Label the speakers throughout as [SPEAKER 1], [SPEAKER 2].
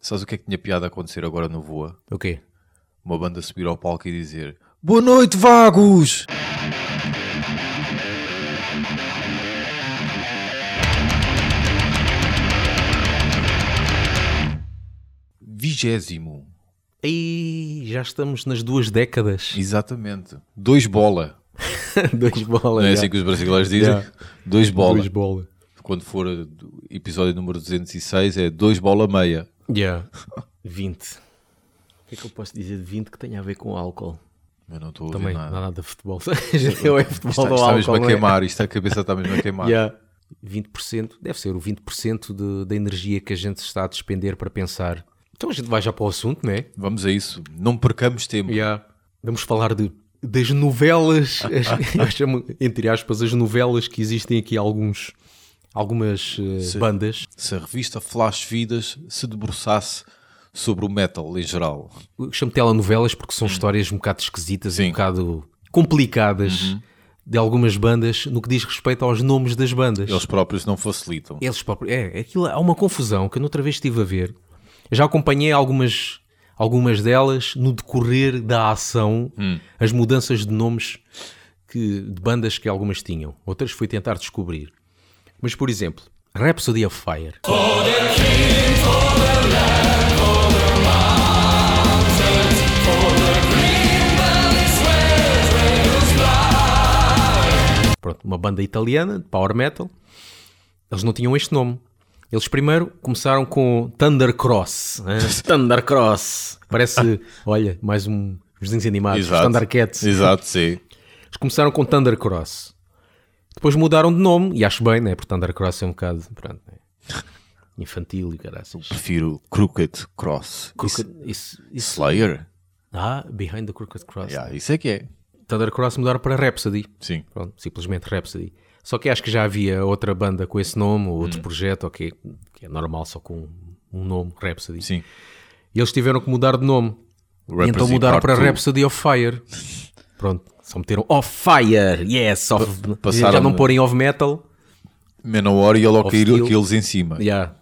[SPEAKER 1] Sabes o que é que tinha piada a acontecer agora no Voa?
[SPEAKER 2] O quê?
[SPEAKER 1] Uma banda subir ao palco e dizer Boa noite, vagos! Vigésimo.
[SPEAKER 2] Aí já estamos nas duas décadas.
[SPEAKER 1] Exatamente. Dois bola.
[SPEAKER 2] Dois bolas.
[SPEAKER 1] Não é
[SPEAKER 2] já.
[SPEAKER 1] assim que os brasileiros dizem?
[SPEAKER 2] Yeah.
[SPEAKER 1] Dois bola.
[SPEAKER 2] Dois bola.
[SPEAKER 1] Quando for eh, do- episódio número 206 é dois bola meia.
[SPEAKER 2] Yeah. 20. O que é que eu posso dizer de 20 que tenha a ver com álcool?
[SPEAKER 1] Eu não estou a ouvir
[SPEAKER 2] Também,
[SPEAKER 1] nada.
[SPEAKER 2] nada. nada de futebol. Ou é futebol
[SPEAKER 1] Isto, isto
[SPEAKER 2] ou
[SPEAKER 1] está
[SPEAKER 2] álcool.
[SPEAKER 1] mesmo a
[SPEAKER 2] não é?
[SPEAKER 1] queimar, isto a cabeça está mesmo a queimar.
[SPEAKER 2] Yeah. 20%, deve ser o 20% de, da energia que a gente está a despender para pensar. Então a gente vai já para o assunto, não é?
[SPEAKER 1] Vamos a isso. Não percamos tempo.
[SPEAKER 2] Yeah. Vamos falar de, das novelas, as- eu chamo, entre aspas, as novelas que existem aqui alguns, algumas eh, bandas.
[SPEAKER 1] Se a revista Flash Vidas se debruçasse sobre o metal em geral.
[SPEAKER 2] Eu chamo telenovelas porque são histórias um bocado esquisitas e
[SPEAKER 1] Sim.
[SPEAKER 2] um bocado complicadas de algumas bandas no que diz respeito aos nomes das bandas.
[SPEAKER 1] Eles próprios não facilitam.
[SPEAKER 2] Eles próprios. É, aquilo, há uma confusão que eu outra vez estive a ver. Já acompanhei algumas, algumas delas no decorrer da ação, as mudanças de nomes que, de bandas que algumas tinham. Outras fui tentar descobrir. Mas, por exemplo, Rhapsody of Fire. Pronto, uma banda italiana de power metal. Eles não tinham este nome. Eles primeiro começaram com Thundercross. né? Thundercross. Parece, olha, mais um desenhos animados. os Thundercats.
[SPEAKER 1] Exato, sim.
[SPEAKER 2] Eles começaram com Thundercross. Depois mudaram de nome, e acho bem, né? Porque Thundercross é um bocado pronto, né? infantil e caraças.
[SPEAKER 1] Prefiro Crooked Cross.
[SPEAKER 2] Crooked- isso-
[SPEAKER 1] Isso-
[SPEAKER 2] isso-
[SPEAKER 1] Slayer?
[SPEAKER 2] Ah, Behind the Crooked Cross.
[SPEAKER 1] Yeah, isso é que é.
[SPEAKER 2] Thundercross mudaram para Rhapsody.
[SPEAKER 1] Sim.
[SPEAKER 2] Pronto, simplesmente Rhapsody. Só que acho que já havia outra banda com esse nome, ou
[SPEAKER 1] Uhum.
[SPEAKER 2] outro projeto, ok, que é normal só com um nome, Rhapsody.
[SPEAKER 1] Sim.
[SPEAKER 2] E eles tiveram que mudar de nome. E então
[SPEAKER 1] Rhapsody
[SPEAKER 2] mudaram
[SPEAKER 1] Part
[SPEAKER 2] para
[SPEAKER 1] Two.
[SPEAKER 2] Rhapsody of Fire. Pronto, só meteram Of Fire, yes, of...
[SPEAKER 1] passaram-
[SPEAKER 2] já não porem Of Metal.
[SPEAKER 1] Manowar e logo
[SPEAKER 2] Of
[SPEAKER 1] cair
[SPEAKER 2] Steel.
[SPEAKER 1] aqueles em cima.
[SPEAKER 2] Yeah.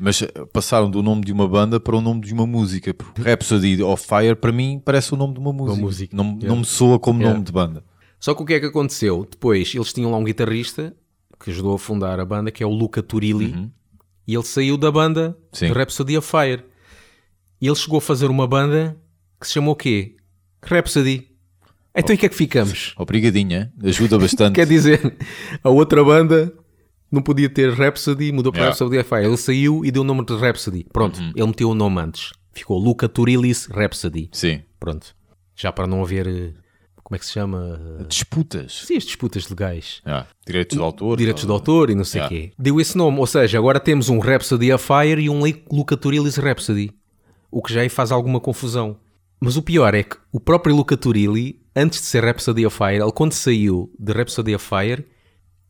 [SPEAKER 1] Mas eh, passaram do nome de uma banda para o nome de uma música. Porque Rhapsody of Fire, para mim, parece o nome de uma música.
[SPEAKER 2] música,
[SPEAKER 1] Não,
[SPEAKER 2] yeah.
[SPEAKER 1] não me soa como
[SPEAKER 2] Yeah.
[SPEAKER 1] nome de banda.
[SPEAKER 2] Só que o que é que aconteceu? Depois eles tinham lá um guitarrista que ajudou a fundar a banda, que é o Luca Turilli, e ele saiu da banda
[SPEAKER 1] Uhum. Sim.
[SPEAKER 2] de Rhapsody of Fire. E ele chegou a fazer uma banda que se chamou o quê? Rhapsody. Então e que é que ficamos?
[SPEAKER 1] Obrigadinha, ajuda bastante.
[SPEAKER 2] Quer dizer, a outra banda não podia ter Rhapsody, mudou para
[SPEAKER 1] Yeah. Uhum.
[SPEAKER 2] Rhapsody of Fire. Ele saiu e deu o nome de Rhapsody. Pronto, ele meteu o nome antes. Ficou Luca Turilli's Rhapsody.
[SPEAKER 1] Sim.
[SPEAKER 2] Pronto. Já para não haver, eh, como é que se chama?
[SPEAKER 1] Disputas.
[SPEAKER 2] Sim, as disputas legais.
[SPEAKER 1] Ah, direitos de autor.
[SPEAKER 2] Direitos de autor e não sei o
[SPEAKER 1] Yeah.
[SPEAKER 2] quê. Deu esse nome, ou seja, agora temos um Rhapsody of Fire e um Le- Luca Turilli's Rhapsody, o que já aí faz alguma confusão. Mas o pior é que o próprio Luca Turilli, antes de ser Rhapsody of Fire, ele quando saiu de Rhapsody of Fire,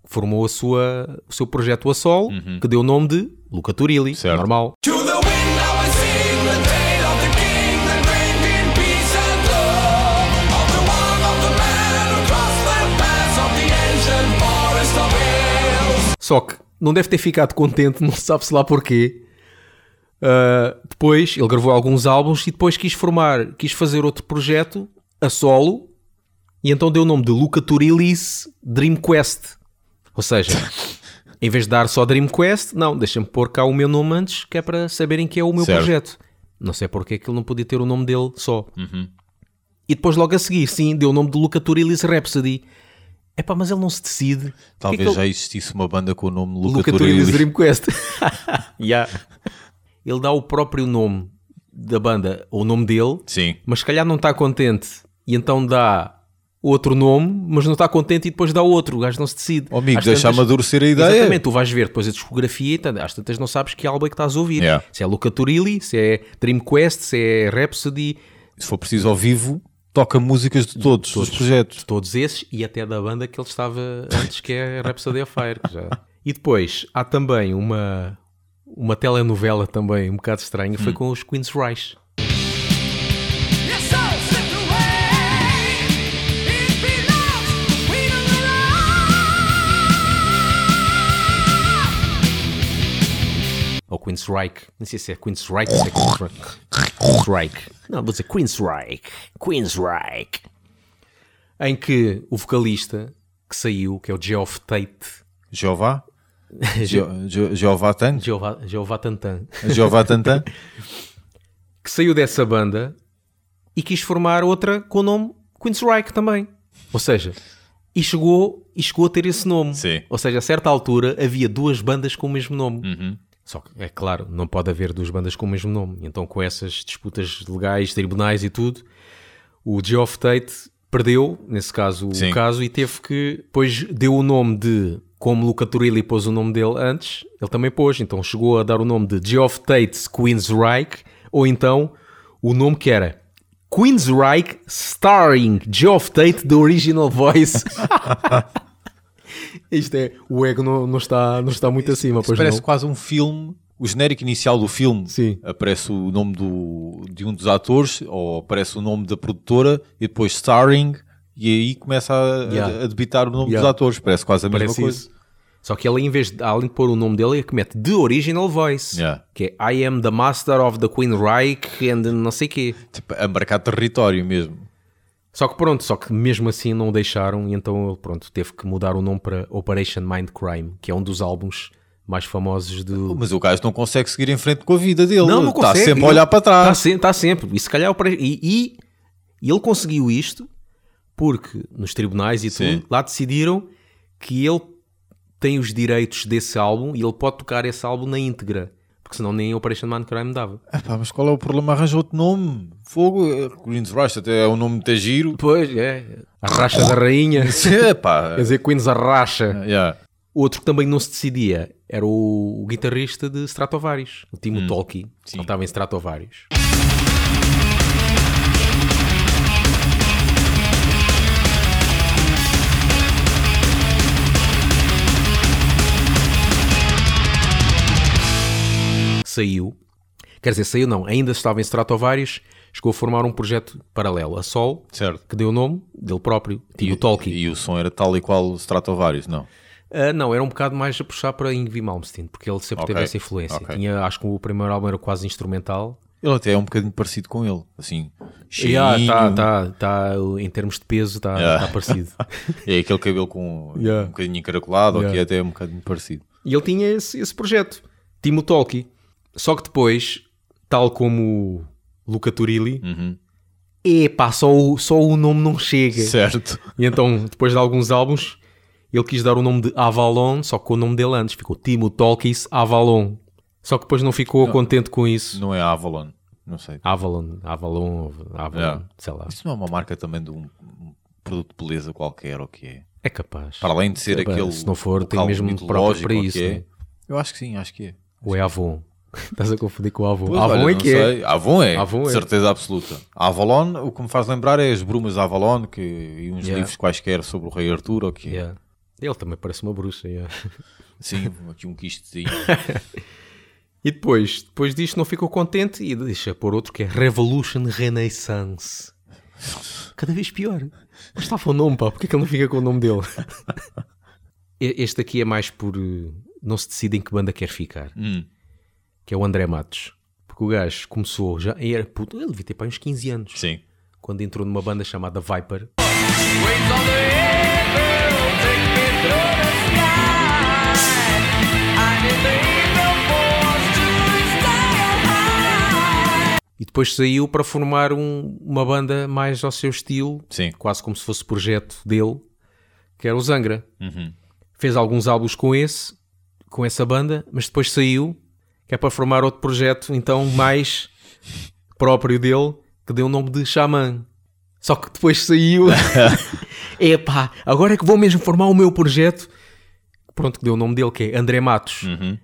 [SPEAKER 2] formou a sua, o seu projeto a sol, que deu o nome de Luca Turilli,
[SPEAKER 1] Uhum. Certo.
[SPEAKER 2] normal.
[SPEAKER 3] To the wind I will sing the tale of the king that reigned in peace and love Of the one, of the man who crossed the paths of the ancient forest of hills
[SPEAKER 2] Só que não deve ter ficado contente, não sabe-se lá porquê. Ah, depois ele gravou alguns álbuns e depois quis formar, quis fazer outro projeto a solo e então deu o nome de Luca Turilli's Dream Quest. Ou seja, em vez de dar só Dream Quest, não, deixa-me pôr cá o meu nome antes que é para saberem que é o meu
[SPEAKER 1] Certo.
[SPEAKER 2] projeto. Não sei porque é que ele não podia ter o nome dele só. E depois logo a seguir, sim, deu o nome de Luca Turilli's Rhapsody. Epá, mas ele não se decide.
[SPEAKER 1] Talvez
[SPEAKER 2] Porquê que ele-
[SPEAKER 1] já existisse uma banda com o nome Luca,
[SPEAKER 2] Luca Turilli's Dream Quest. Ele dá o próprio nome da banda, ou o nome dele,
[SPEAKER 1] Sim.
[SPEAKER 2] mas se calhar não está contente e então dá outro nome, mas não está contente e depois dá outro. O gajo não se decide.
[SPEAKER 1] Ó, amigo,
[SPEAKER 2] Às
[SPEAKER 1] deixa
[SPEAKER 2] tantas-
[SPEAKER 1] amadurecer a ideia.
[SPEAKER 2] Exatamente, tu vais ver depois a discografia e tá- às tantas não sabes que álbum é que estás a ouvir.
[SPEAKER 1] Yeah.
[SPEAKER 2] Se é Luca Turilli, se é Dream Quest, se é Rhapsody,
[SPEAKER 1] Se for preciso ao vivo, toca músicas de todos, os projetos.
[SPEAKER 2] todos esses e até da banda que ele estava antes, que é Rhapsody of Fire. que já- E depois há também uma, uma telenovela também um bocado estranha, foi com os Queen's Rice.
[SPEAKER 3] Yes, so slip away It belongs to the queen of the light
[SPEAKER 2] Ou ou Queensryche. Não sei se é Queensryche ou se é Queensryche. Queensryche. Não, vou dizer Queensryche. Queensryche. Em que o vocalista que saiu, que é o Geoff Tate,
[SPEAKER 1] Jeová? Je- Je- Jeová Tan?
[SPEAKER 2] Jeová, Jeová Tantan,
[SPEAKER 1] Jeová Tantan?
[SPEAKER 2] que saiu dessa banda e quis formar outra com o nome Queensryche também. Ou seja, e chegou, e chegou a ter esse nome.
[SPEAKER 1] Sim.
[SPEAKER 2] Ou seja, a certa altura havia duas bandas com o mesmo nome. Só que, é claro, não pode haver duas bandas com o mesmo nome. Então, com essas disputas legais, tribunais e tudo, o Geoff Tate perdeu, nesse caso,
[SPEAKER 1] Sim.
[SPEAKER 2] o caso e teve que. Depois deu o nome de. Como Luca Turilli pôs o nome dele antes, ele também pôs. Então chegou a dar o nome de Geoff Tate Queensryche, ou então o nome que era Queensryche Starring Geoff Tate, The Original Voice. Isto é, o ego não, não está, não está muito acima, pois
[SPEAKER 1] Parece
[SPEAKER 2] não.
[SPEAKER 1] quase um filme. O genérico inicial do filme
[SPEAKER 2] Sim.
[SPEAKER 1] aparece o nome do, de um dos atores ou aparece o nome da produtora e depois starring e aí começa a, a-
[SPEAKER 2] Yeah.
[SPEAKER 1] a debitar o nome
[SPEAKER 2] Yeah.
[SPEAKER 1] dos atores. Parece quase a mesma
[SPEAKER 2] Parece
[SPEAKER 1] coisa.
[SPEAKER 2] isso. Só que ele, em vez de, além de pôr o nome dele, ele é que mete The Original Voice.
[SPEAKER 1] Yeah.
[SPEAKER 2] Que é I am the master of the Queen Reich and não sei quê.
[SPEAKER 1] Tipo, a marcar território mesmo.
[SPEAKER 2] Só que pronto, só que mesmo assim não o deixaram e então ele, pronto, teve que mudar o nome para Operation Mind Crime, que é um dos álbuns mais famosos do...
[SPEAKER 1] Mas o gajo não consegue seguir em frente com a vida dele.
[SPEAKER 2] Não, não
[SPEAKER 1] Está
[SPEAKER 2] consegue.
[SPEAKER 1] tá sempre a
[SPEAKER 2] Ele-
[SPEAKER 1] olhar para
[SPEAKER 2] Está
[SPEAKER 1] trás.
[SPEAKER 2] se- está sempre. E se calhar... o pre- E, e- e ele conseguiu isto porque nos tribunais e
[SPEAKER 1] Sim.
[SPEAKER 2] tudo, lá decidiram que ele tem os direitos desse álbum e ele pode tocar esse álbum na íntegra. Porque senão nem Operation Mind Crime dava.
[SPEAKER 1] Ah pá, mas qual é o problema? Arranja outro nome. Fogo. eh, Queen's Rush até é um nome de giro.
[SPEAKER 2] Pois, é. A racha da rainha.
[SPEAKER 1] É pá.
[SPEAKER 2] Quer dizer, Queens Arracha.
[SPEAKER 1] Yeah.
[SPEAKER 2] Outro que também não se decidia era o, o guitarrista de Stratovarius, o Timo
[SPEAKER 1] Hum,
[SPEAKER 2] Tolki. Ele estava em Stratovarius. Saiu. Quer dizer, saiu não, ainda estava em Stratovarius, chegou a formar um projeto paralelo a Sol,
[SPEAKER 1] Certo.
[SPEAKER 2] que deu o nome dele próprio, Timo Tolki.
[SPEAKER 1] E o som era tal e qual se trata vários, não?
[SPEAKER 2] Ah, não, era um bocado mais a puxar para Yngwie Malmsteen, porque ele sempre
[SPEAKER 1] Ok,
[SPEAKER 2] teve essa influência.
[SPEAKER 1] ok.
[SPEAKER 2] Tinha, acho que o primeiro álbum era quase instrumental.
[SPEAKER 1] Ele até é um bocadinho parecido com ele, assim,
[SPEAKER 2] E
[SPEAKER 1] cheinho,
[SPEAKER 2] ah, tá, tá, tá, em termos de peso, está
[SPEAKER 1] Yeah.
[SPEAKER 2] tá parecido.
[SPEAKER 1] é aquele cabelo com
[SPEAKER 2] Yeah.
[SPEAKER 1] um bocadinho encaracolado,
[SPEAKER 2] Yeah.
[SPEAKER 1] aqui até é um bocadinho parecido.
[SPEAKER 2] e ele tinha esse, esse projeto, Timo Tolki. Só que depois, tal como o Luca Turilli,
[SPEAKER 1] Uhum.
[SPEAKER 2] epá, só o, só o nome não chega.
[SPEAKER 1] Certo.
[SPEAKER 2] E então, depois de alguns álbuns, ele quis dar o nome de Avalon, só que com o nome dele antes ficou Timo Tolkis Avalon. Só que depois não ficou contente com isso.
[SPEAKER 1] Não é Avalon, não sei.
[SPEAKER 2] Avalon, Avalon, Avalon,
[SPEAKER 1] Yeah.
[SPEAKER 2] sei lá.
[SPEAKER 1] Isso não é uma marca também de um, um produto de beleza qualquer, ou que é?
[SPEAKER 2] É capaz.
[SPEAKER 1] Para além de ser
[SPEAKER 2] É, pá,
[SPEAKER 1] aquele
[SPEAKER 2] se não for, tem
[SPEAKER 1] local
[SPEAKER 2] mesmo um próprio
[SPEAKER 1] mitológico,
[SPEAKER 2] para
[SPEAKER 1] ou que
[SPEAKER 2] isso,
[SPEAKER 1] é.
[SPEAKER 2] né?
[SPEAKER 1] Eu acho que sim, acho que é.
[SPEAKER 2] Ou é Avon? Estás a confundir com o Avon.
[SPEAKER 1] Pois,
[SPEAKER 2] Avon
[SPEAKER 1] olha,
[SPEAKER 2] é
[SPEAKER 1] não
[SPEAKER 2] que é.
[SPEAKER 1] sei. Avon é,
[SPEAKER 2] Avon
[SPEAKER 1] de
[SPEAKER 2] é.
[SPEAKER 1] certeza absoluta. Avalon, o que me faz lembrar é as brumas de Avalon que, e uns
[SPEAKER 2] Yeah.
[SPEAKER 1] livros quaisquer sobre o rei Arthur, ou que é.
[SPEAKER 2] Yeah. Ele também parece uma bruxa. yeah.
[SPEAKER 1] Sim, aqui um quistezinho.
[SPEAKER 2] E depois, depois disto não ficou contente e deixa por outro que é Revolution Renaissance. Cada vez pior. Mas estava o nome, pá. Porquê que ele não fica com o nome dele? E- este aqui é mais por... eh, Não se decide em que banda quer ficar.
[SPEAKER 1] Hum.
[SPEAKER 2] Que é o André Matos. Porque o gajo começou já... Era puto. Ele devia ter pá, uns 15 anos.
[SPEAKER 1] sim.
[SPEAKER 2] quando entrou numa banda chamada Viper. E depois saiu para formar um- uma banda mais ao seu estilo,
[SPEAKER 1] Sim.
[SPEAKER 2] é quase como se fosse projeto dele, que era o Zangra. Fez alguns álbuns com esse, com essa banda, mas depois saiu, que é para formar outro projeto, então mais próprio dele, que deu o nome de Xamã. Só que depois saiu. Epá, agora é que vou mesmo formar o meu projeto. Pronto, que deu o nome dele, que é André Matos.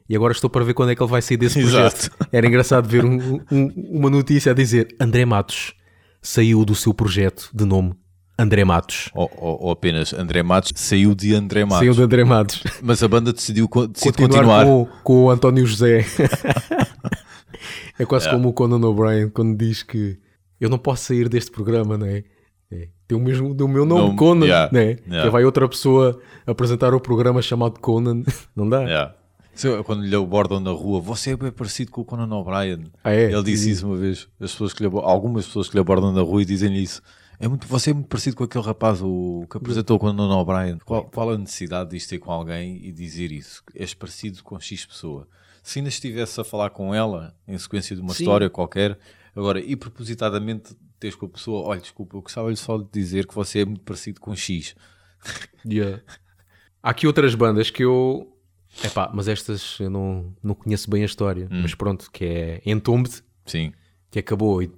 [SPEAKER 2] E agora estou para ver quando é que ele vai sair desse projeto.
[SPEAKER 1] Uhum. Exato.
[SPEAKER 2] Era engraçado ver um- um- uma notícia a dizer André Matos saiu do seu projeto de nome André Matos.
[SPEAKER 1] Ou, ou- ou apenas André Matos saiu de André Matos.
[SPEAKER 2] Saiu de André Matos.
[SPEAKER 1] Mas a banda decidiu co- decide continuar.
[SPEAKER 2] Continuar com, o- com o António José. é quase como o Conan O'Brien quando diz que eu não posso sair deste programa, não é? É, Tem o mesmo do meu nome,
[SPEAKER 1] Nome,
[SPEAKER 2] Conan,
[SPEAKER 1] yeah,
[SPEAKER 2] né?
[SPEAKER 1] yeah.
[SPEAKER 2] Que vai outra pessoa apresentar o programa chamado Conan, não dá?
[SPEAKER 1] Yeah. Sei lá, Quando lhe abordam na rua, você é bem parecido com o Conan O'Brien.
[SPEAKER 2] Ah, é?
[SPEAKER 1] Ele disse isso uma vez. As pessoas que lhe abo- algumas pessoas que lhe abordam na rua e dizem-lhe isso. É muito, você é muito parecido com aquele rapaz o, que apresentou o Conan O'Brien. Qual, qual a necessidade de isto ter com alguém e dizer isso? És parecido com X pessoa. Se ainda estivesse a falar com ela, em sequência de uma
[SPEAKER 2] Sim.
[SPEAKER 1] história qualquer, agora, e propositadamente teres com a pessoa, olha, desculpa, eu gostava-lhe só de dizer que você é muito parecido com X.
[SPEAKER 2] Yeah. Há aqui outras bandas que eu. Epá, mas estas eu não, não conheço bem a história.
[SPEAKER 1] Hum.
[SPEAKER 2] Mas pronto, que é Entombed,
[SPEAKER 1] Sim.
[SPEAKER 2] que acabou. e-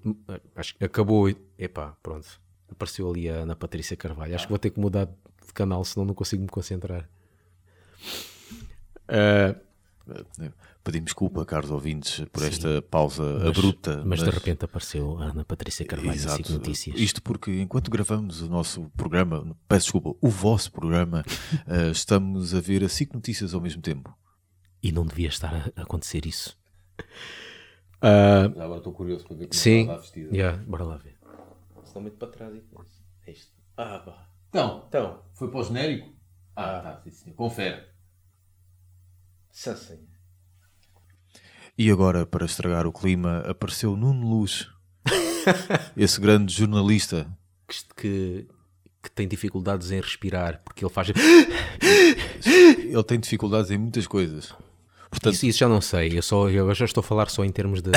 [SPEAKER 2] Acho que acabou. e- Epá, pronto. Apareceu ali a Ana Patrícia Carvalho. Acho que vou ter que mudar de canal, senão não consigo me concentrar. Ah,
[SPEAKER 1] Pedimos desculpa, caros ouvintes, por esta pausa abrupta.
[SPEAKER 4] Mas, de repente apareceu a Ana Patrícia Carvalho
[SPEAKER 1] Exato.
[SPEAKER 4] Exato. SIC Notícias.
[SPEAKER 1] Isto porque enquanto gravamos o nosso programa, peço desculpa, o vosso programa, eh, estamos a ver a SIC Notícias ao mesmo tempo.
[SPEAKER 4] E não devia estar a acontecer isso.
[SPEAKER 2] ah,
[SPEAKER 1] Agora estou curioso para ver como é
[SPEAKER 2] sim. Yeah.
[SPEAKER 4] Bora lá ver.
[SPEAKER 2] Estão muito para trás e depois. É isto. Ah, pá.
[SPEAKER 1] Então,
[SPEAKER 2] Então,
[SPEAKER 1] foi para o genérico? Ah, tá, sim, senhor. Confere.
[SPEAKER 2] Sassem.
[SPEAKER 1] E agora, para estragar o clima, apareceu Nuno Luz, esse grande jornalista.
[SPEAKER 4] Que, que, que tem dificuldades em respirar, porque ele faz.
[SPEAKER 1] Ele tem dificuldades em muitas coisas. Portanto,
[SPEAKER 4] Isso, isso já não sei. Eu, só, eu já estou a falar só em termos de-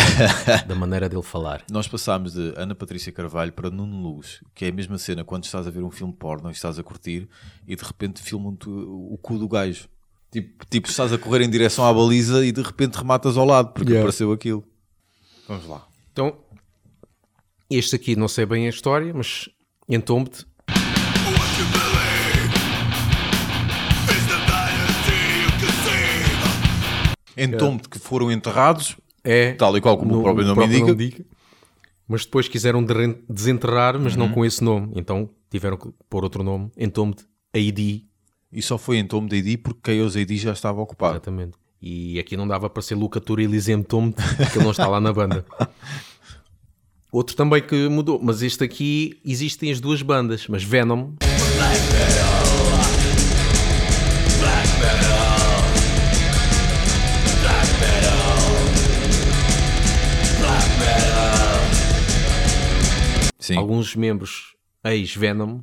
[SPEAKER 4] da maneira dele falar.
[SPEAKER 1] Nós passámos de Ana Patrícia Carvalho para Nuno Luz, que é a mesma cena quando estás a ver um filme porno e estás a curtir e de repente filmam-te o cu do gajo. Tipo, tipo, estás a correr em direção à baliza e de repente rematas ao lado porque
[SPEAKER 2] Yeah.
[SPEAKER 1] apareceu aquilo. Vamos lá.
[SPEAKER 2] Então, este aqui não sei bem a história, mas entombe-te.
[SPEAKER 1] Entombe que foram enterrados,
[SPEAKER 2] É,
[SPEAKER 1] tal e qual como
[SPEAKER 2] no-
[SPEAKER 1] o próprio
[SPEAKER 2] no
[SPEAKER 1] nome indica.
[SPEAKER 2] Mas depois quiseram derren- desenterrar, mas
[SPEAKER 1] Uhum.
[SPEAKER 2] não com esse nome. Então tiveram que pôr outro nome. Entombe-te AD.
[SPEAKER 1] E só foi Entombe de Edi porque Chaos Edi já estava ocupado.
[SPEAKER 2] Exatamente. E aqui não dava para ser Luca Turilisem Tomte, porque ele não está lá na banda. Outro também que mudou, mas este aqui existem as duas bandas, mas Venom
[SPEAKER 1] Sim. Uhum.
[SPEAKER 2] alguns membros ex-Venom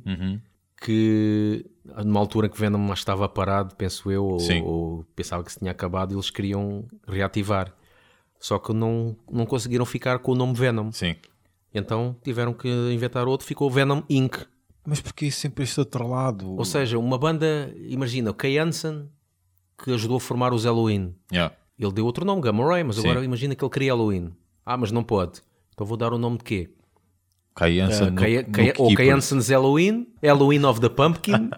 [SPEAKER 2] que numa altura em que Venom estava parado, penso eu, ou,
[SPEAKER 1] Sim.
[SPEAKER 2] ou pensava que se tinha acabado, eles queriam reativar. Só que não, não conseguiram ficar com o nome Venom.
[SPEAKER 1] Sim.
[SPEAKER 2] Então tiveram que inventar outro, ficou Venom Inc.
[SPEAKER 1] Mas porque sempre este atrelado?
[SPEAKER 2] Ou seja, uma banda, imagina, o Kay Hansen que ajudou a formar os Halloween.
[SPEAKER 1] Yeah.
[SPEAKER 2] Ele deu outro nome, Gamma Ray, mas
[SPEAKER 1] Sim.
[SPEAKER 2] agora imagina que ele queria Halloween. Ah, mas não pode. Então vou dar o nome de quê?
[SPEAKER 1] Kai Hansen
[SPEAKER 2] Ah,
[SPEAKER 1] no-
[SPEAKER 2] Kay-
[SPEAKER 1] no
[SPEAKER 2] Kay- ou Kay
[SPEAKER 1] Keepers.
[SPEAKER 2] Hansen's Halloween, Halloween of the Pumpkin,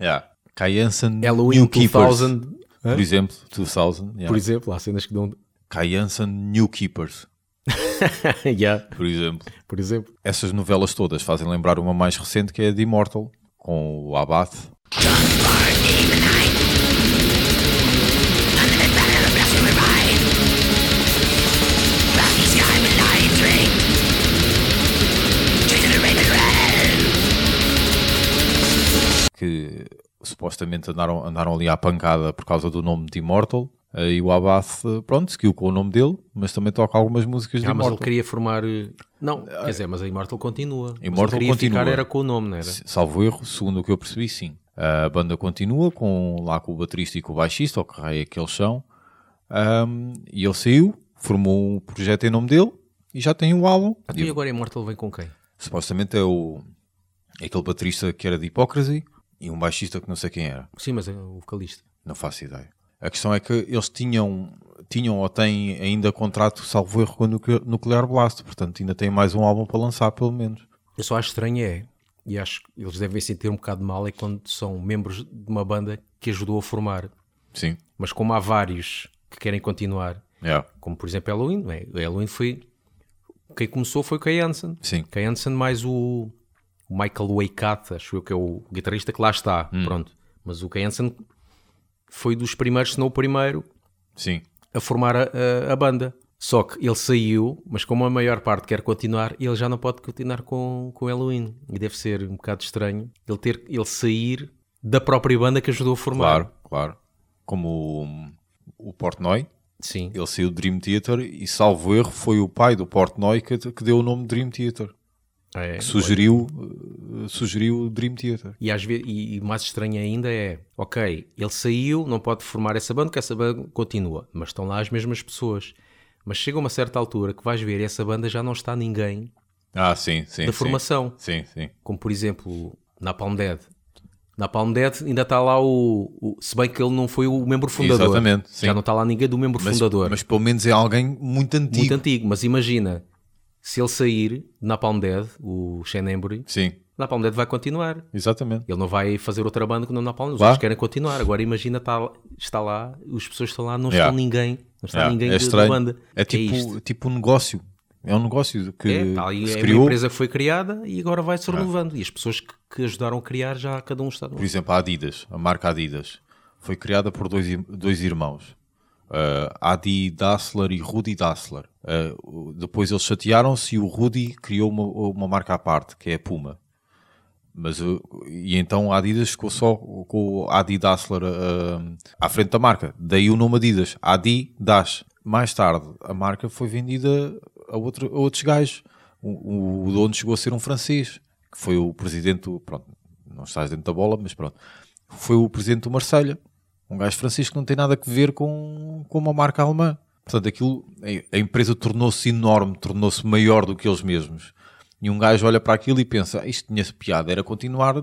[SPEAKER 1] Yeah. Kai Hansen
[SPEAKER 2] Halloween
[SPEAKER 1] New Keepers,
[SPEAKER 2] 2000,
[SPEAKER 1] por exemplo, 2000. um. yeah.
[SPEAKER 2] por exemplo. Há cenas que dão...
[SPEAKER 1] Kai Hansen New Keepers,
[SPEAKER 2] yeah,
[SPEAKER 1] por exemplo.
[SPEAKER 2] por exemplo.
[SPEAKER 1] Essas novelas todas fazem lembrar uma mais recente que é a de Immortal, com o Abate. Que supostamente andaram, andaram ali à pancada por causa do nome de Immortal. eh, E o Abate, pronto, seguiu com o nome dele, mas também toca algumas músicas de
[SPEAKER 2] Ah, mas ele
[SPEAKER 1] Immortal.
[SPEAKER 2] queria formar... eh, Não, quer dizer, mas a Immortal continua. Mas ele
[SPEAKER 1] Immortal
[SPEAKER 2] queria ficar
[SPEAKER 1] continua.
[SPEAKER 2] era com o nome, não era?
[SPEAKER 1] Salvo erro, segundo o que eu percebi, sim. A banda continua com, lá com o baterista e com o baixista, ou que raio é que eles são. Ahm, e ele saiu, formou um projeto em nome dele e já tem o álbum.
[SPEAKER 2] Ah, então E agora a Immortal vem com quem?
[SPEAKER 1] Supostamente é o é aquele baterista que era de Hypocrisy e um baixista que não sei quem era.
[SPEAKER 2] Sim, mas é o vocalista.
[SPEAKER 1] Não faço ideia. A questão é que eles tinham, tinham ou têm ainda contrato, salvo erro, com o Nucle- Nuclear Blast. Portanto, ainda tem mais um álbum para lançar, pelo menos.
[SPEAKER 2] Eu só acho estranho é, e acho que eles devem sentir um bocado mal, é quando são membros de uma banda que ajudou a formar.
[SPEAKER 1] Sim.
[SPEAKER 2] Mas como há vários que querem continuar,
[SPEAKER 1] Yeah.
[SPEAKER 2] como por exemplo Halloween, não é? Halloween foi. Quem começou foi Kay Hansen.
[SPEAKER 1] Sim.
[SPEAKER 2] Kay Hansen mais o, o Michael Waikata, acho eu que é o guitarrista que lá está. Pronto. Mas o Kay Hansen foi dos primeiros, se não o primeiro,
[SPEAKER 1] Sim.
[SPEAKER 2] a formar a, a- a banda. Só que ele saiu, mas como a maior parte quer continuar, ele já não pode continuar com, com Halloween. E deve ser um bocado estranho ele ter ele sair da própria banda que ajudou a formar.
[SPEAKER 1] Claro, claro. Como o, o Portnoy.
[SPEAKER 2] Sim.
[SPEAKER 1] Ele saiu do Dream Theater e, salvo erro, foi o pai do Portnoy que, que deu o nome Dream Theater.
[SPEAKER 2] Ah, é.
[SPEAKER 1] Que sugeriu, eh, sugeriu o Dream Theater.
[SPEAKER 2] E, às vezes, e e mais estranho ainda é, ok, ele saiu, não pode formar essa banda, porque essa banda continua, mas estão lá as mesmas pessoas. Mas chega uma certa altura que vais ver e essa banda já não está ninguém
[SPEAKER 1] Ah, sim, sim.
[SPEAKER 2] da
[SPEAKER 1] sim.
[SPEAKER 2] formação.
[SPEAKER 1] Sim, sim.
[SPEAKER 2] Como por exemplo, na Palm Dead. Na Palm Dead ainda está lá o, o- Se bem que ele não foi o membro fundador.
[SPEAKER 1] Exatamente, sim.
[SPEAKER 2] Já não está lá ninguém do membro
[SPEAKER 1] Mas,
[SPEAKER 2] fundador.
[SPEAKER 1] mas pelo menos é alguém muito antigo.
[SPEAKER 2] Muito antigo, mas imagina, se ele sair na Palm Dead, o Shane Embry,
[SPEAKER 1] Sim,
[SPEAKER 2] na Palm Dead vai continuar.
[SPEAKER 1] exatamente.
[SPEAKER 2] Ele não vai fazer outra banda que não na Palma. Os
[SPEAKER 1] Claro.
[SPEAKER 2] outros querem continuar. Agora imagina, tá, está lá, as pessoas estão lá, não
[SPEAKER 1] Yeah.
[SPEAKER 2] está ninguém. Não está
[SPEAKER 1] Yeah,
[SPEAKER 2] ninguém
[SPEAKER 1] é
[SPEAKER 2] da- da
[SPEAKER 1] estranho.
[SPEAKER 2] banda.
[SPEAKER 1] É tipo,
[SPEAKER 2] isto.
[SPEAKER 1] tipo um negócio. É um negócio que,
[SPEAKER 2] É, tá ali,
[SPEAKER 1] que se
[SPEAKER 2] é uma
[SPEAKER 1] criou.
[SPEAKER 2] empresa que foi criada e agora vai se renovando. E as pessoas que, que ajudaram a criar já cada um está no
[SPEAKER 1] Por exemplo, a Adidas, a marca Adidas, foi criada por dois, ir- dois irmãos, eh, Adi Dassler e Rudi Dassler. Eh, o- depois eles chatearam-se e o Rudi criou uma, uma marca à parte, que é a Puma. Mas, eh, e então a Adidas ficou só com o Adi Dassler eh, à frente da marca. Daí o nome Adidas, Adi Das. Mais tarde, a marca foi vendida a, outro- a outros gajos. O, o- o dono chegou a ser um francês, que foi o presidente, do- pronto, não estás dentro da bola, mas pronto. Foi o presidente do Marselha um gajo francês que não tem nada a ver com, com uma marca alemã. Portanto, aquilo, a- a empresa tornou-se enorme, tornou-se maior do que eles mesmos. E um gajo olha para aquilo e pensa, "Ah, isto tinha-se piada, era continuar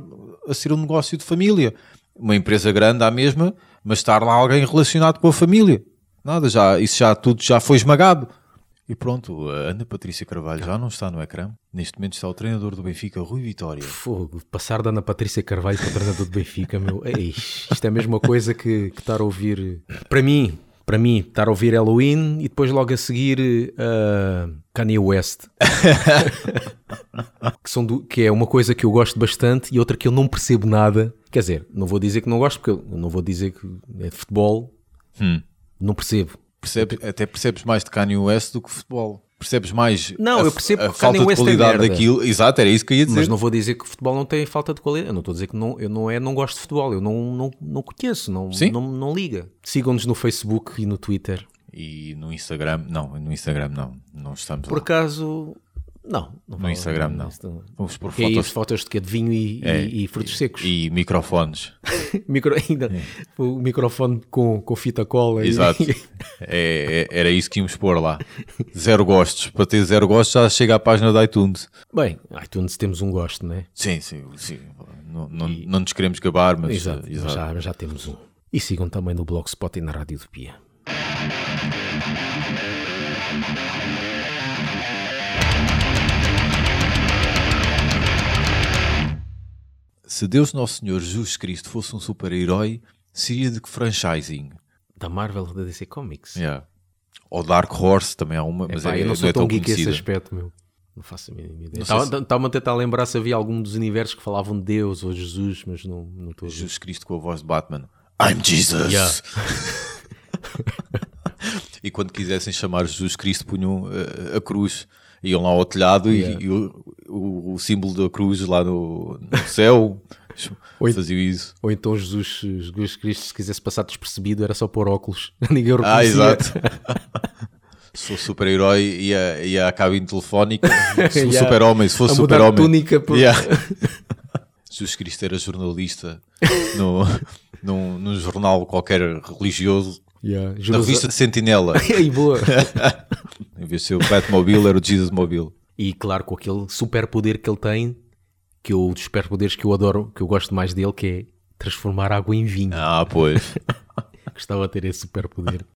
[SPEAKER 1] a ser um negócio de família. Uma empresa grande à mesma, mas estar lá alguém relacionado com a família. Nada, já, isso já tudo já foi esmagado. E pronto, a Ana Patrícia Carvalho já não está no ecrã. Neste momento está o treinador do Benfica, Rui Vitória.
[SPEAKER 2] Fogo, passar da Ana Patrícia Carvalho para o treinador do Benfica, meu. Ei, isto é a mesma coisa que, que estar a ouvir. Para mim, para mim, estar a ouvir Halloween e depois logo a seguir ah, Kanye West. que, são du- que é uma coisa que eu gosto bastante e outra que eu não percebo nada. Quer dizer, não vou dizer que não gosto, porque eu não vou dizer que é de futebol. Não percebo.
[SPEAKER 1] Percebes- até percebes mais de Kanye West do que futebol. Percebes mais
[SPEAKER 2] Não,
[SPEAKER 1] a,
[SPEAKER 2] eu percebo
[SPEAKER 1] a
[SPEAKER 2] que
[SPEAKER 1] falta
[SPEAKER 2] Kanye West
[SPEAKER 1] de
[SPEAKER 2] é
[SPEAKER 1] qualidade
[SPEAKER 2] merda.
[SPEAKER 1] daquilo. Exato, era isso que eu ia dizer.
[SPEAKER 2] Mas não vou dizer que futebol não tem falta de qualidade. Eu não estou a dizer que não, eu não, é, não gosto de futebol. Eu não, não, não conheço, não,
[SPEAKER 1] Sim.
[SPEAKER 2] não, não liga. Sigam-nos no Facebook e no Twitter.
[SPEAKER 1] E no Instagram, não, no Instagram não. Não estamos
[SPEAKER 2] Por
[SPEAKER 1] lá.
[SPEAKER 2] acaso, não. não
[SPEAKER 1] No Instagram não.
[SPEAKER 2] Isto-
[SPEAKER 1] Vamos por
[SPEAKER 2] Que é
[SPEAKER 1] fotos É.
[SPEAKER 2] isso, fotos de quê? De vinho e, e- e frutos secos.
[SPEAKER 1] e microfones.
[SPEAKER 2] Micro- ainda, O microfone com, com fita cola. e-
[SPEAKER 1] Exato. É- é- era isso que íamos pôr lá. Zero gostos. Para ter zero gostos já chega à página da iTunes.
[SPEAKER 2] Bem, iTunes temos um gosto, né?
[SPEAKER 1] Sim, sim, sim. Não, não, não nos queremos gabar, mas,
[SPEAKER 2] Exato, mas
[SPEAKER 1] exato.
[SPEAKER 2] Já, já temos um. E sigam também no Blogspot e na Rádio do Pia.
[SPEAKER 1] Se Deus Nosso Senhor Jesus Cristo fosse um super-herói, seria de que franchising?
[SPEAKER 2] Da Marvel da DC Comics.
[SPEAKER 1] Yeah. Ou Dark Horse também há uma, mas
[SPEAKER 2] Epá,
[SPEAKER 1] é,
[SPEAKER 2] eu não sou
[SPEAKER 1] é
[SPEAKER 2] tão
[SPEAKER 1] tão
[SPEAKER 2] geek a esse
[SPEAKER 1] conhecida.
[SPEAKER 2] aspecto, meu. Não faço a mínima
[SPEAKER 1] sei
[SPEAKER 2] ideia.
[SPEAKER 1] se-
[SPEAKER 2] Estava-me a tentar lembrar se havia algum dos universos que falavam de Deus ou Jesus, mas não não estou a ver.
[SPEAKER 1] Jesus Cristo com a voz de Batman. I'm Jesus!
[SPEAKER 2] Yeah.
[SPEAKER 1] e quando quisessem chamar Jesus Cristo, punham eh, a cruz. Iam lá ao telhado e- e, o, o- o símbolo da cruz lá no, no céu.
[SPEAKER 2] Oi.
[SPEAKER 1] Faziam isso.
[SPEAKER 2] Ou então Jesus, Jesus Cristo, se quisesse passar despercebido, era só pôr óculos. Ninguém o
[SPEAKER 1] Ah,
[SPEAKER 2] reconhecia.
[SPEAKER 1] exato. Sou super-herói e a, e a cabine telefónica. Sou
[SPEAKER 2] Yeah.
[SPEAKER 1] super-homem, se fosse
[SPEAKER 2] A mudar de
[SPEAKER 1] super-homem.
[SPEAKER 2] túnica por-
[SPEAKER 1] Yeah. Jesus Cristo era jornalista no, num, num jornal qualquer religioso.
[SPEAKER 2] Yeah.
[SPEAKER 1] Na
[SPEAKER 2] Jerusa-
[SPEAKER 1] revista de Sentinela.
[SPEAKER 2] Ei, boa.
[SPEAKER 1] Em vez de ser o Batmobile, era o Jesus Mobile.
[SPEAKER 2] e claro, com aquele superpoder que ele tem, que eu, dos superpoderes que eu adoro, que eu gosto mais dele, que é transformar água em vinho.
[SPEAKER 1] Ah, pois.
[SPEAKER 2] Gostava de ter esse superpoder.